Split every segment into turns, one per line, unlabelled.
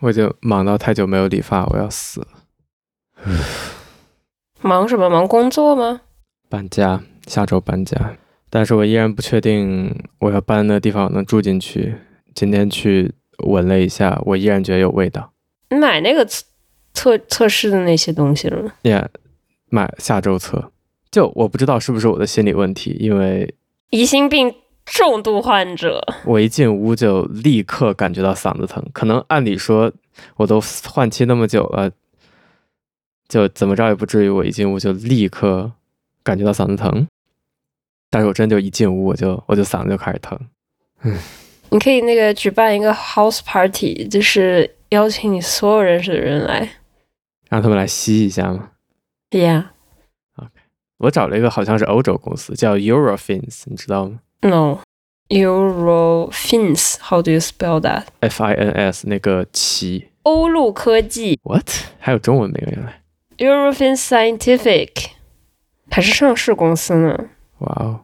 我已经忙到太久没有理发，我要死了。
忙什么？忙工作吗？
搬家，下周搬家，但是我依然不确定我要搬的地方能住进去。今天去闻了一下，我依然觉得有味道。
你买那个测测测试的那些东西了吗？
也、买下周测，就我不知道是不是我的心理问题，因为
疑心病重度患者，
我一进屋就立刻感觉到嗓子疼。可能按理说我都换气那么久了，就怎么着也不至于我一进屋就立刻感觉到嗓子疼。但是我真就一进屋我就我就嗓子就开始疼。
你可以那个举办一个 house party，就是邀请你所有认识的人来。
让他们来吸一下嘛。
Yeah,
我找了一个好像是欧洲公司，叫 Eurofins，你知道吗
no. Eurofins, how do you spell that？
？F I N S 那个旗
欧陆科技
，what？还有中文啊没有？原来，
Eurofins Scientific 还是上市公司呢？
哇哦！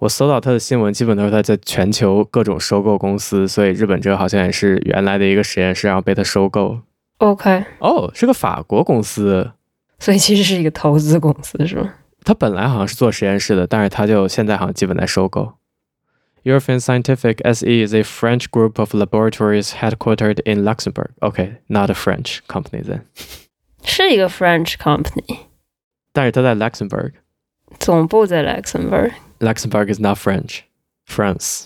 我搜到他的新闻，基本都是他在全球各种收购公司，所以日本这个好像也是原来的一个实验室，然后被他收购。
OK，
哦，是个法国公司，
所以其实是一个投资公司是吗？
他本来好像是做实验室的，但是他就现在好像基本在收购。Eurofins Scientific SE is a French group of laboratories headquartered in Luxembourg. Okay, not a French company then.
是一个 French company，
但是它在 Luxembourg。
总部在 Luxembourg，
Luxembourg is not French. France.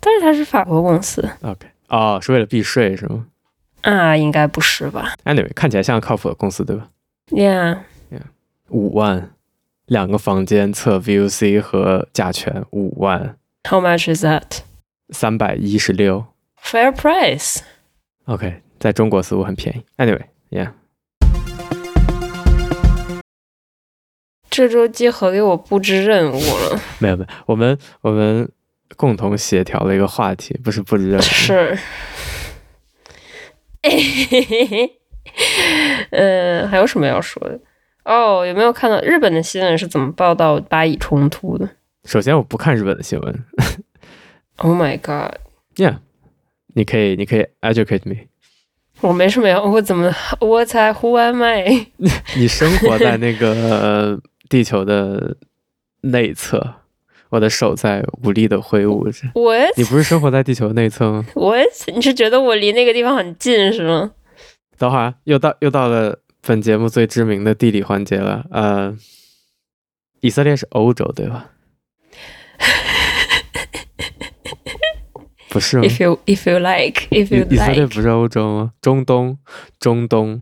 但是它是法国公司
OK. 哦，是为了避税是吗
啊，应该不是吧
？Anyway，看起来像靠谱的公司对吧？
？Yeah，
五万，两个房间测 VOC 和甲醛，五万
How much is that?
三百一十六。
Fair price.
OK，在中国似乎很便宜。Anyway，yeah，
这周集合给我布置任务了，
没有没有，我们我们共同协调了一个话题，不是不知道
是。 嗯，还有什么要说的？哦，有没有看到日本的新闻是怎么报道巴以冲突的
首先我不看日本的新闻。
？Oh my god！
Yeah，你可以你可以 educate me。
我没什么要，我怎么我才 Who am I？
你生活在那个呃地球的内侧，我的手在无力的挥舞着。
我
你不是生活在地球内侧吗？
我你是觉得我离那个地方很近是吗？
等会儿啊又到又到了本节目最知名的地理环节了。呃，以色列是欧洲对吧？嗯不是吗？
If you if you like, if
以
you
以色列
like，
不是欧洲吗？中东，中东，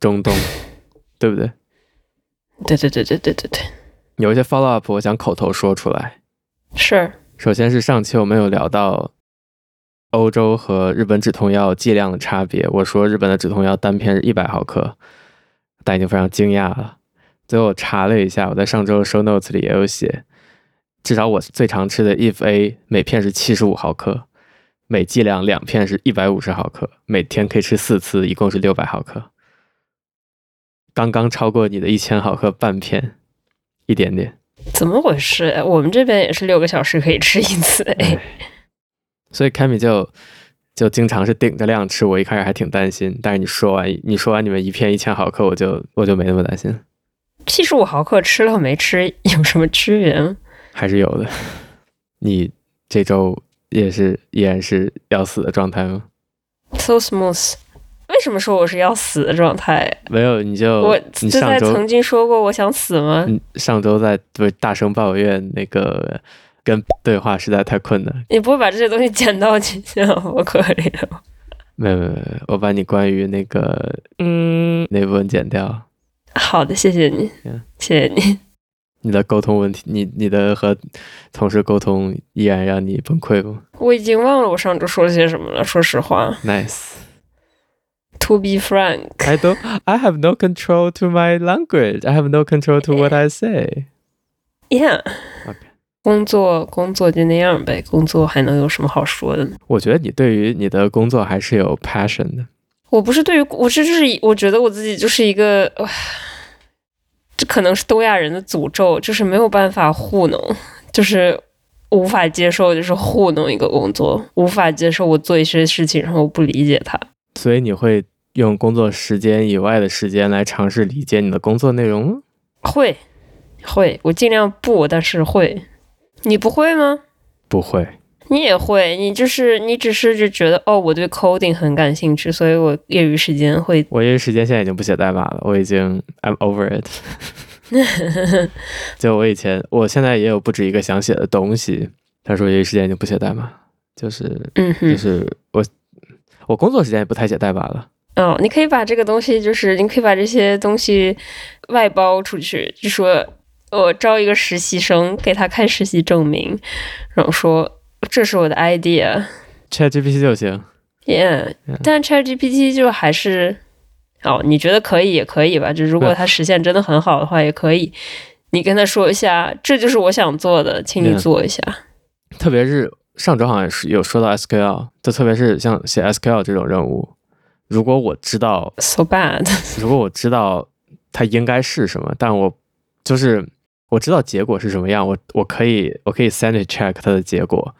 中东，对不对？
对对对对对对对，
有一些 follow up，我想口头说出来。
是
首先是上期我们有聊到欧洲和日本止痛药剂量的差别，我说日本的止痛药单片是一百毫克，但已经非常惊讶了。最后我查了一下，我在上周的 show notes 里也有写，至少我最常吃的 if A 每片是七十五毫克，每剂量两片是一百五十毫克，每天可以吃四次，一共是六百毫克，刚刚超过你的一千毫克半片，一点点。
怎么回事？我们这边也是六个小时可以吃一次
嗯
哎。
所以凯米就就经常是顶着量吃，我一开始还挺担心，但是你说完你说完你们一片一千毫克，我就我就没那么担心，
七十五毫克吃了和没吃有什么区别吗？
还是有的。你这周也是依然是要死的状态吗？
So smooth。为什么说我是要死的状态？
没有，你就
我
哦你
之
上
前
周嗯
曾经说过我想死吗？
你上周在不是大声抱怨那个跟对话实在太困难，
你不会把这些东西剪到进去我可里了吧？
没有没有，没有我把你关于那个
嗯，
那部分剪掉。
好的，谢谢你
Yeah，
谢谢你。
你的沟通问题，你你的和同事沟通依然让你崩溃 吗
我已经忘了我上周说了些什么了。说实话
？Nice。
，To be frank，
I don't. I have no control to my language. I have no control to what I say.
Yeah，
OK
工作工作就那样呗，工作还能有什么好说的呢？
我觉得你对于你的工作还是有 passion 的。
我不是对于我这就是一我觉得我自己就是一个，唉这可能是东亚人的诅咒，就是没有办法糊弄，就是无法接受就是糊弄一个工作，无法接受我做一些事情，然后我不理解它。
所以你会用工作时间以外的时间来尝试理解你的工作内容吗？
会，会，我尽量不，但是会。你不会吗？
不会，
你也会，你就是你只是就觉得哦，我对 coding 很感兴趣，所以我业余时间会
我业余时间现在已经不写代码了，我已经 I'm over it。就我以前，我现在也有不止一个想写的东西，但是我业余时间已经不写代码，就是
嗯
就
哼，
是我我工作时间也不太写代码了。
哦，你可以把这个东西，就是你可以把这些东西外包出去，就说我招一个实习生，给他看实习证明，然后说这是我的 idea，
ChatGPT 就行，
Yeah，
Yeah
但 ChatGPT 就还是哦，你觉得可以也可以吧，就如果
对
它实现真的很好的话，也可以。你跟他说一下，这就是我想做的，请你
Yeah
做一下。
特别是上周好像是有说到 SQL，就特别是像写 SQL 这种任务，如果我知道
So bad，
如果我知道它应该是什么，但我就是我知道结果是什么样，我我可以我可以 sanity check 它的结果，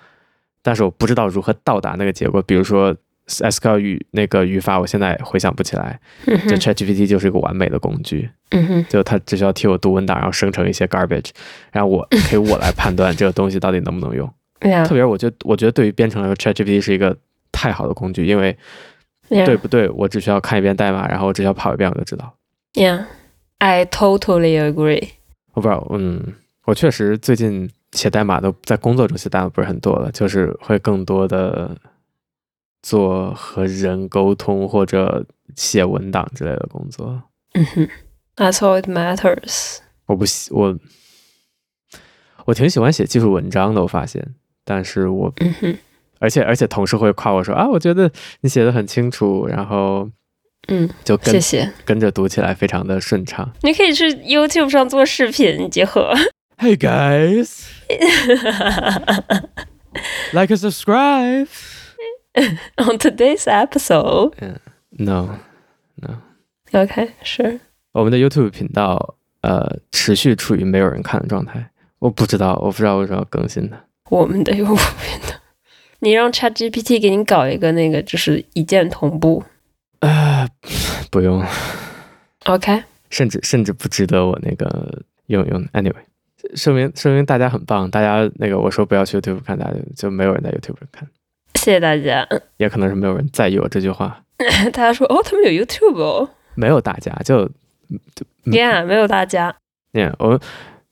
但是我不知道如何到达那个结果。比如说 SQL 语那个语法，我现在回想不起来。
嗯
就
哼，
ChatGPT 就是一个完美的工具，
嗯哼，
就它只需要替我读文档，然后生成一些 garbage，然后我可以我来判断这个东西到底能不能用。特
yeah，
别是我觉得我觉得对于编程来说，ChatGPT 是一个太好的工具，因为
yeah,
对不对，我只需要看一遍代码，然后我只需要跑一遍我就知道。
yeah. I totally agree.
我不知道，嗯，我确实最近写代码都在工作中写代码不是很多了，就是会更多的做和人沟通或者写文档之类的工作。
嗯哼，That's all it matters.
我不喜我我挺喜欢写技术文章的，我发现，但是我
嗯哼，
而且而且同事会夸我说啊，我觉得你写的很清楚，然后
嗯，
就跟
谢谢。
跟着读起来非常的顺畅。
你可以去 YouTube 上做视频结合。
Hey guys, like and subscribe.
On today's episode,
No.
OK，是
我们的 YouTube 频道呃持续处于没有人看的状态。我不知道，我不知道为什么要更新它。
我们的用户频道。你让 ChatGPT 给你搞一个那个，就是一键同步
啊，不用，了，
，OK？
甚至甚至不值得我那个用用。Anyway，说明说明大家很棒，大家那个我说不要去 YouTube 看，大家就就没有人在 YouTube 上看，
谢谢大家。
也可能是没有人在意我这句话，
大家说哦，他们有 YouTube 哦
没有大家就就嗯
，Yeah，没有大家。
Yeah，我们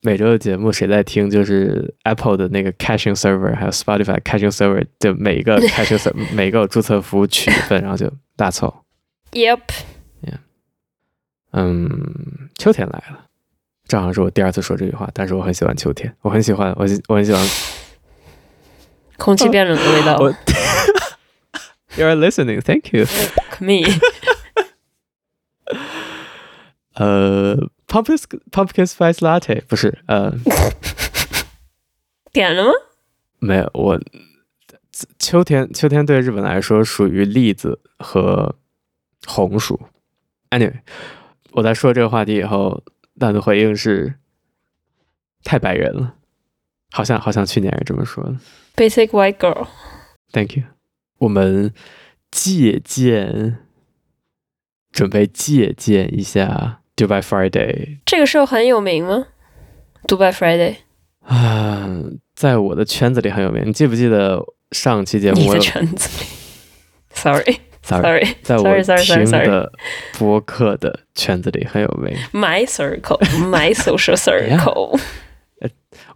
每周的节目谁在听，就是 Apple 的那个 caching server，还有 Spotify caching server 的每一个 caching server 每一个注册服务取一份，然后就大凑。
Yep，
嗯，秋天来了，这好像是我第二次说这句话，但是我很喜欢秋天，我很喜欢，我我很喜欢。
空气变冷的味道。
我 You're listening, thank you.
Fuck me，
呃，pumpkin pumpkin spice latte 不是，呃，
点了吗？
没有，我秋天秋天对日本来说属于栗子和红薯。Anyway，我在说这个话题以后，蛋的回应是太白人了，好像好像去年也这么说的。
Basic White Girl，
Thank you。我们借鉴，准备借鉴一下 Dubai Friday
这个时候很有名吗？Dubai Friday，
啊，在我的圈子里很有名。你记不记得上期节目
你
我
的
有
圈子里。Sorry，Sorry，
sorry，在我
Sorry，Sorry，Sorry，Sorry
听的播客的圈子里很有名。
My circle，My social circle，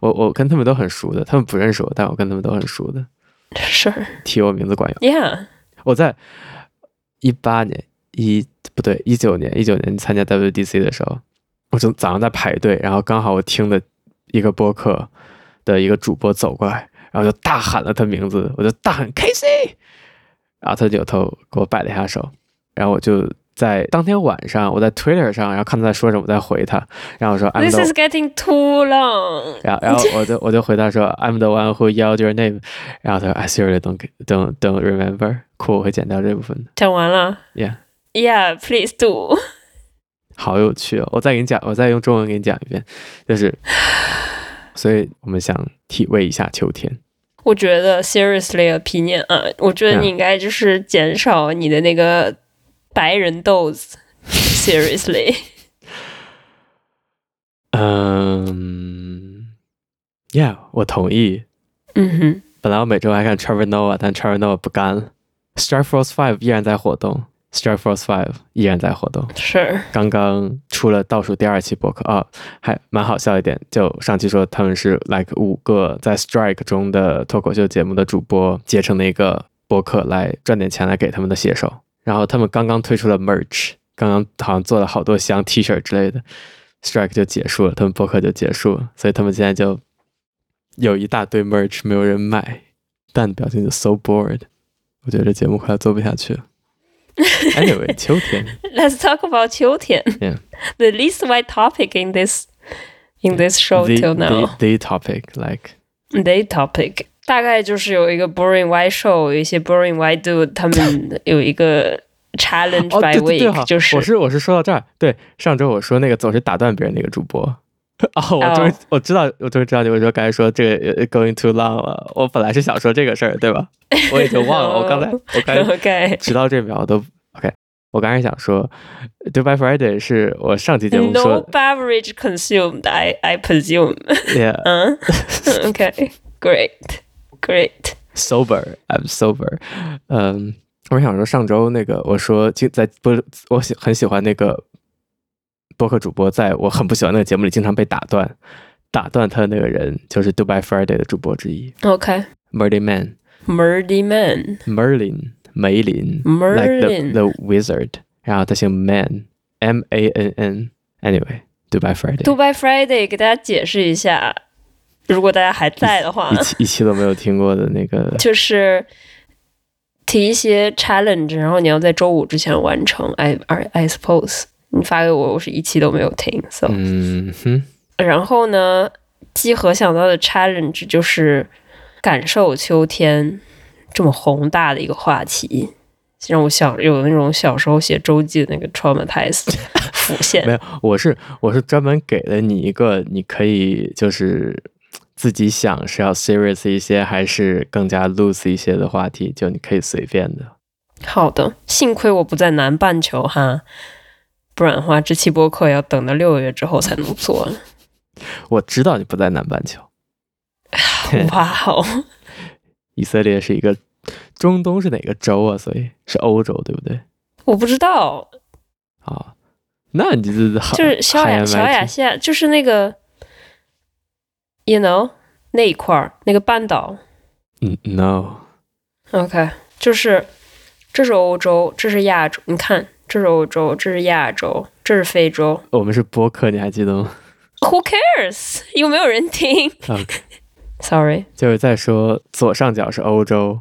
我我跟他们都很熟的，他们不认识我，但我跟他们都很熟的，
是
提我名字管用。
，Yeah，
我在一八年一不对一九年一九年参加 WDC 的时候，我就早上在排队，然后刚好我听的一个播客的一个主播走过来，然后就大喊了他名字，我就大喊 KC，然后他扭头给我摆了一下手，然后我就在当天晚上我在 Twitter 上，然后看他在说什么，我再回他，然后我说 I'm
This
the
is getting too long。
然后，然后我就我就回答说，I'm the one who yelled your name。然后他说，I seriously don't don't don't remember。cool，我会剪掉这部分的。
讲完了
Yeah，
，Yeah, please do。
好有趣哦！我再给你讲，我再用中文给你讲一遍，就是所以我们想体味一下秋天。
我觉得 seriously opinion 啊，我觉得你应该就是减少你的那个白人豆子。seriously，
嗯、y e a h 我同意。
嗯哼，
本来我每周还看 Trevor Noah，但 Trevor Noah 不干了。Strike Force Five 依然在活动，Strike Force Five 依然在活动。
是
刚刚出了倒数第二期博客啊，还蛮好笑一点。就上期说他们是 like 五个在 Strike 中的脱口秀节目的主播结成的一个博客来赚点钱来给他们的写手，然后他们刚刚推出了 merch，刚刚好像做了好多箱 T 恤之类的，Strike 就结束了，他们博客就结束了，所以他们现在就有一大堆 merch 没有人买，但表情就 so bored，我觉得这节目快要做不下去了。Anyway，秋天。
let's talk about 秋天。
Yeah.
The least white topic in this in this show
the,
till now.
the, the topic like
Day topic 大概就是有一个 boring white show，有一些 boring white dude，他 们有一个 challenge
哦，
by
对对
week，、
对哈，
就是
我是我是说到这儿，对，上周我说那个总是打断别人那个主播。 哦，我终于、
哦
我知道，我终于知道你为什么刚才说这个呃 going too long 了。我本来是想说这个事儿，对吧？我已经忘了，我刚才
哦
我刚才
OK
直到这秒我都 OK。我刚才想说，Dubai Friday 是我上期节目
no
说
beverage consumed I I presume
，Yeah
嗯 OK great great
sober I'm sober。嗯，我想说上周那个我说就在播，我喜很喜欢那个播客主播，在我很不喜欢那个节目里经常被打断，打断他的那个人就是 Dubai Friday 的主播之一
OK
Merlin Man
Murdy Man
Merlin 梅林
Merlin
like the the wizard，然后他姓 Man M A N N anyway Dubai Friday。
Dubai Friday 给大家解释一下，如果大家还在 的话
一，期一期都没有听过的那 个，
就是提一些 challenge，然后你要在周五之前完成。I I I suppose 你发给我，我是一期都没有听。So，、
嗯哼，
然后呢，集合想到的 challenge 就是感受秋天这么宏大的一个话题，让我小有那种小时候写周记的那个 traumatized 浮现
没。有，我是我是专门给了你一个，你可以就是自己想是要 serious 一些，还是更加 loose 一些的话题，就你可以随便的。
好的，幸亏我不在南半球哈，不然的话，这期播客要等到六月之后才能做。
我知道你不在南半球，
哇哦，
以色列是一个中东是哪个州啊？所以是欧洲对不对？
我不知道，
啊，那你就是
就是萧亚萧亚细亚，就是那个，you know 那一块儿那个半岛
嗯，no，
，OK，就是这是欧洲，这是亚洲，你看这是欧洲，这是亚洲，这是非洲
我们是播客，你还记得吗
，Who cares？又没有人听
？OK，
，Sorry，
就是在说左上角是欧洲，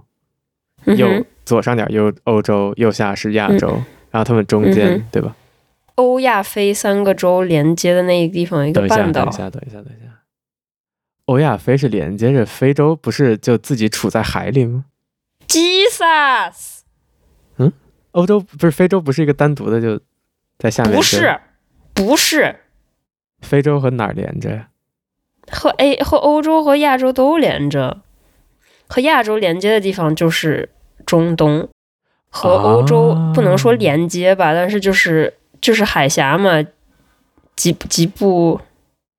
嗯
右、
哼，
左上角右欧洲，右下是亚洲，然后他们中间、
嗯
对吧？
欧亚非三个洲连接的那个地方一
等
个
一下，
半岛
等一，下，等一下，等一下。欧亚非是连接着非洲，不是就自己处在海里吗？
Jesus，
欧洲不是非洲，不是一个单独的就在下面？
不，是，不是
非洲和哪儿连着？
和 A 和欧洲和亚洲都连着，和亚洲连接的地方就是中东，和欧洲、
啊
不能说连接吧，但是就是就是海峡嘛，吉吉布，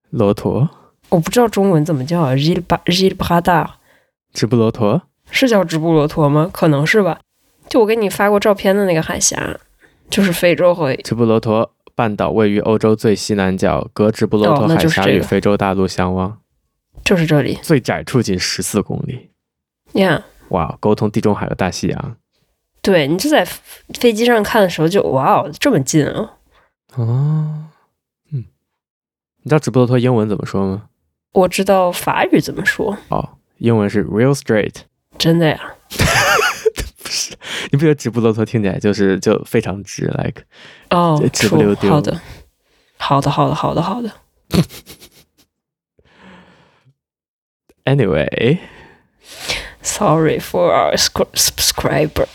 罗陀、
我不知道中文怎么叫啊，Gil 巴 Gil 巴达
直布罗陀？
是叫直布罗陀吗？可能是吧。就我给你发过照片的那个海峡，就是非洲和
直布罗陀半岛位于欧洲最西南角，隔直布罗陀
哦那
海
就是
峡
这
与
个
非洲大陆相望，
就是这里
最窄处仅十四公里。
，Yeah。
哇，哦沟通地中海和大西洋。
对你就在飞飞机上看的时候就哇哦这么近啊！
哦，嗯，你知道直布罗陀英文怎么说吗？
我知道法语怎么说，
哦，英文是 real straight。
真的呀？
你不觉得直布罗陀听起来就是就非常直，like
哦
这，直不
true，
溜丢
好的，好的，好的，好的，好的。
anyway，
Sorry for our scr- subscriber。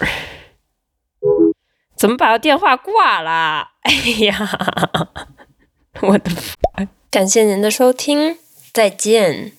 怎么把电话挂 啦？哎呀，我的妈！感谢您的收听，再见。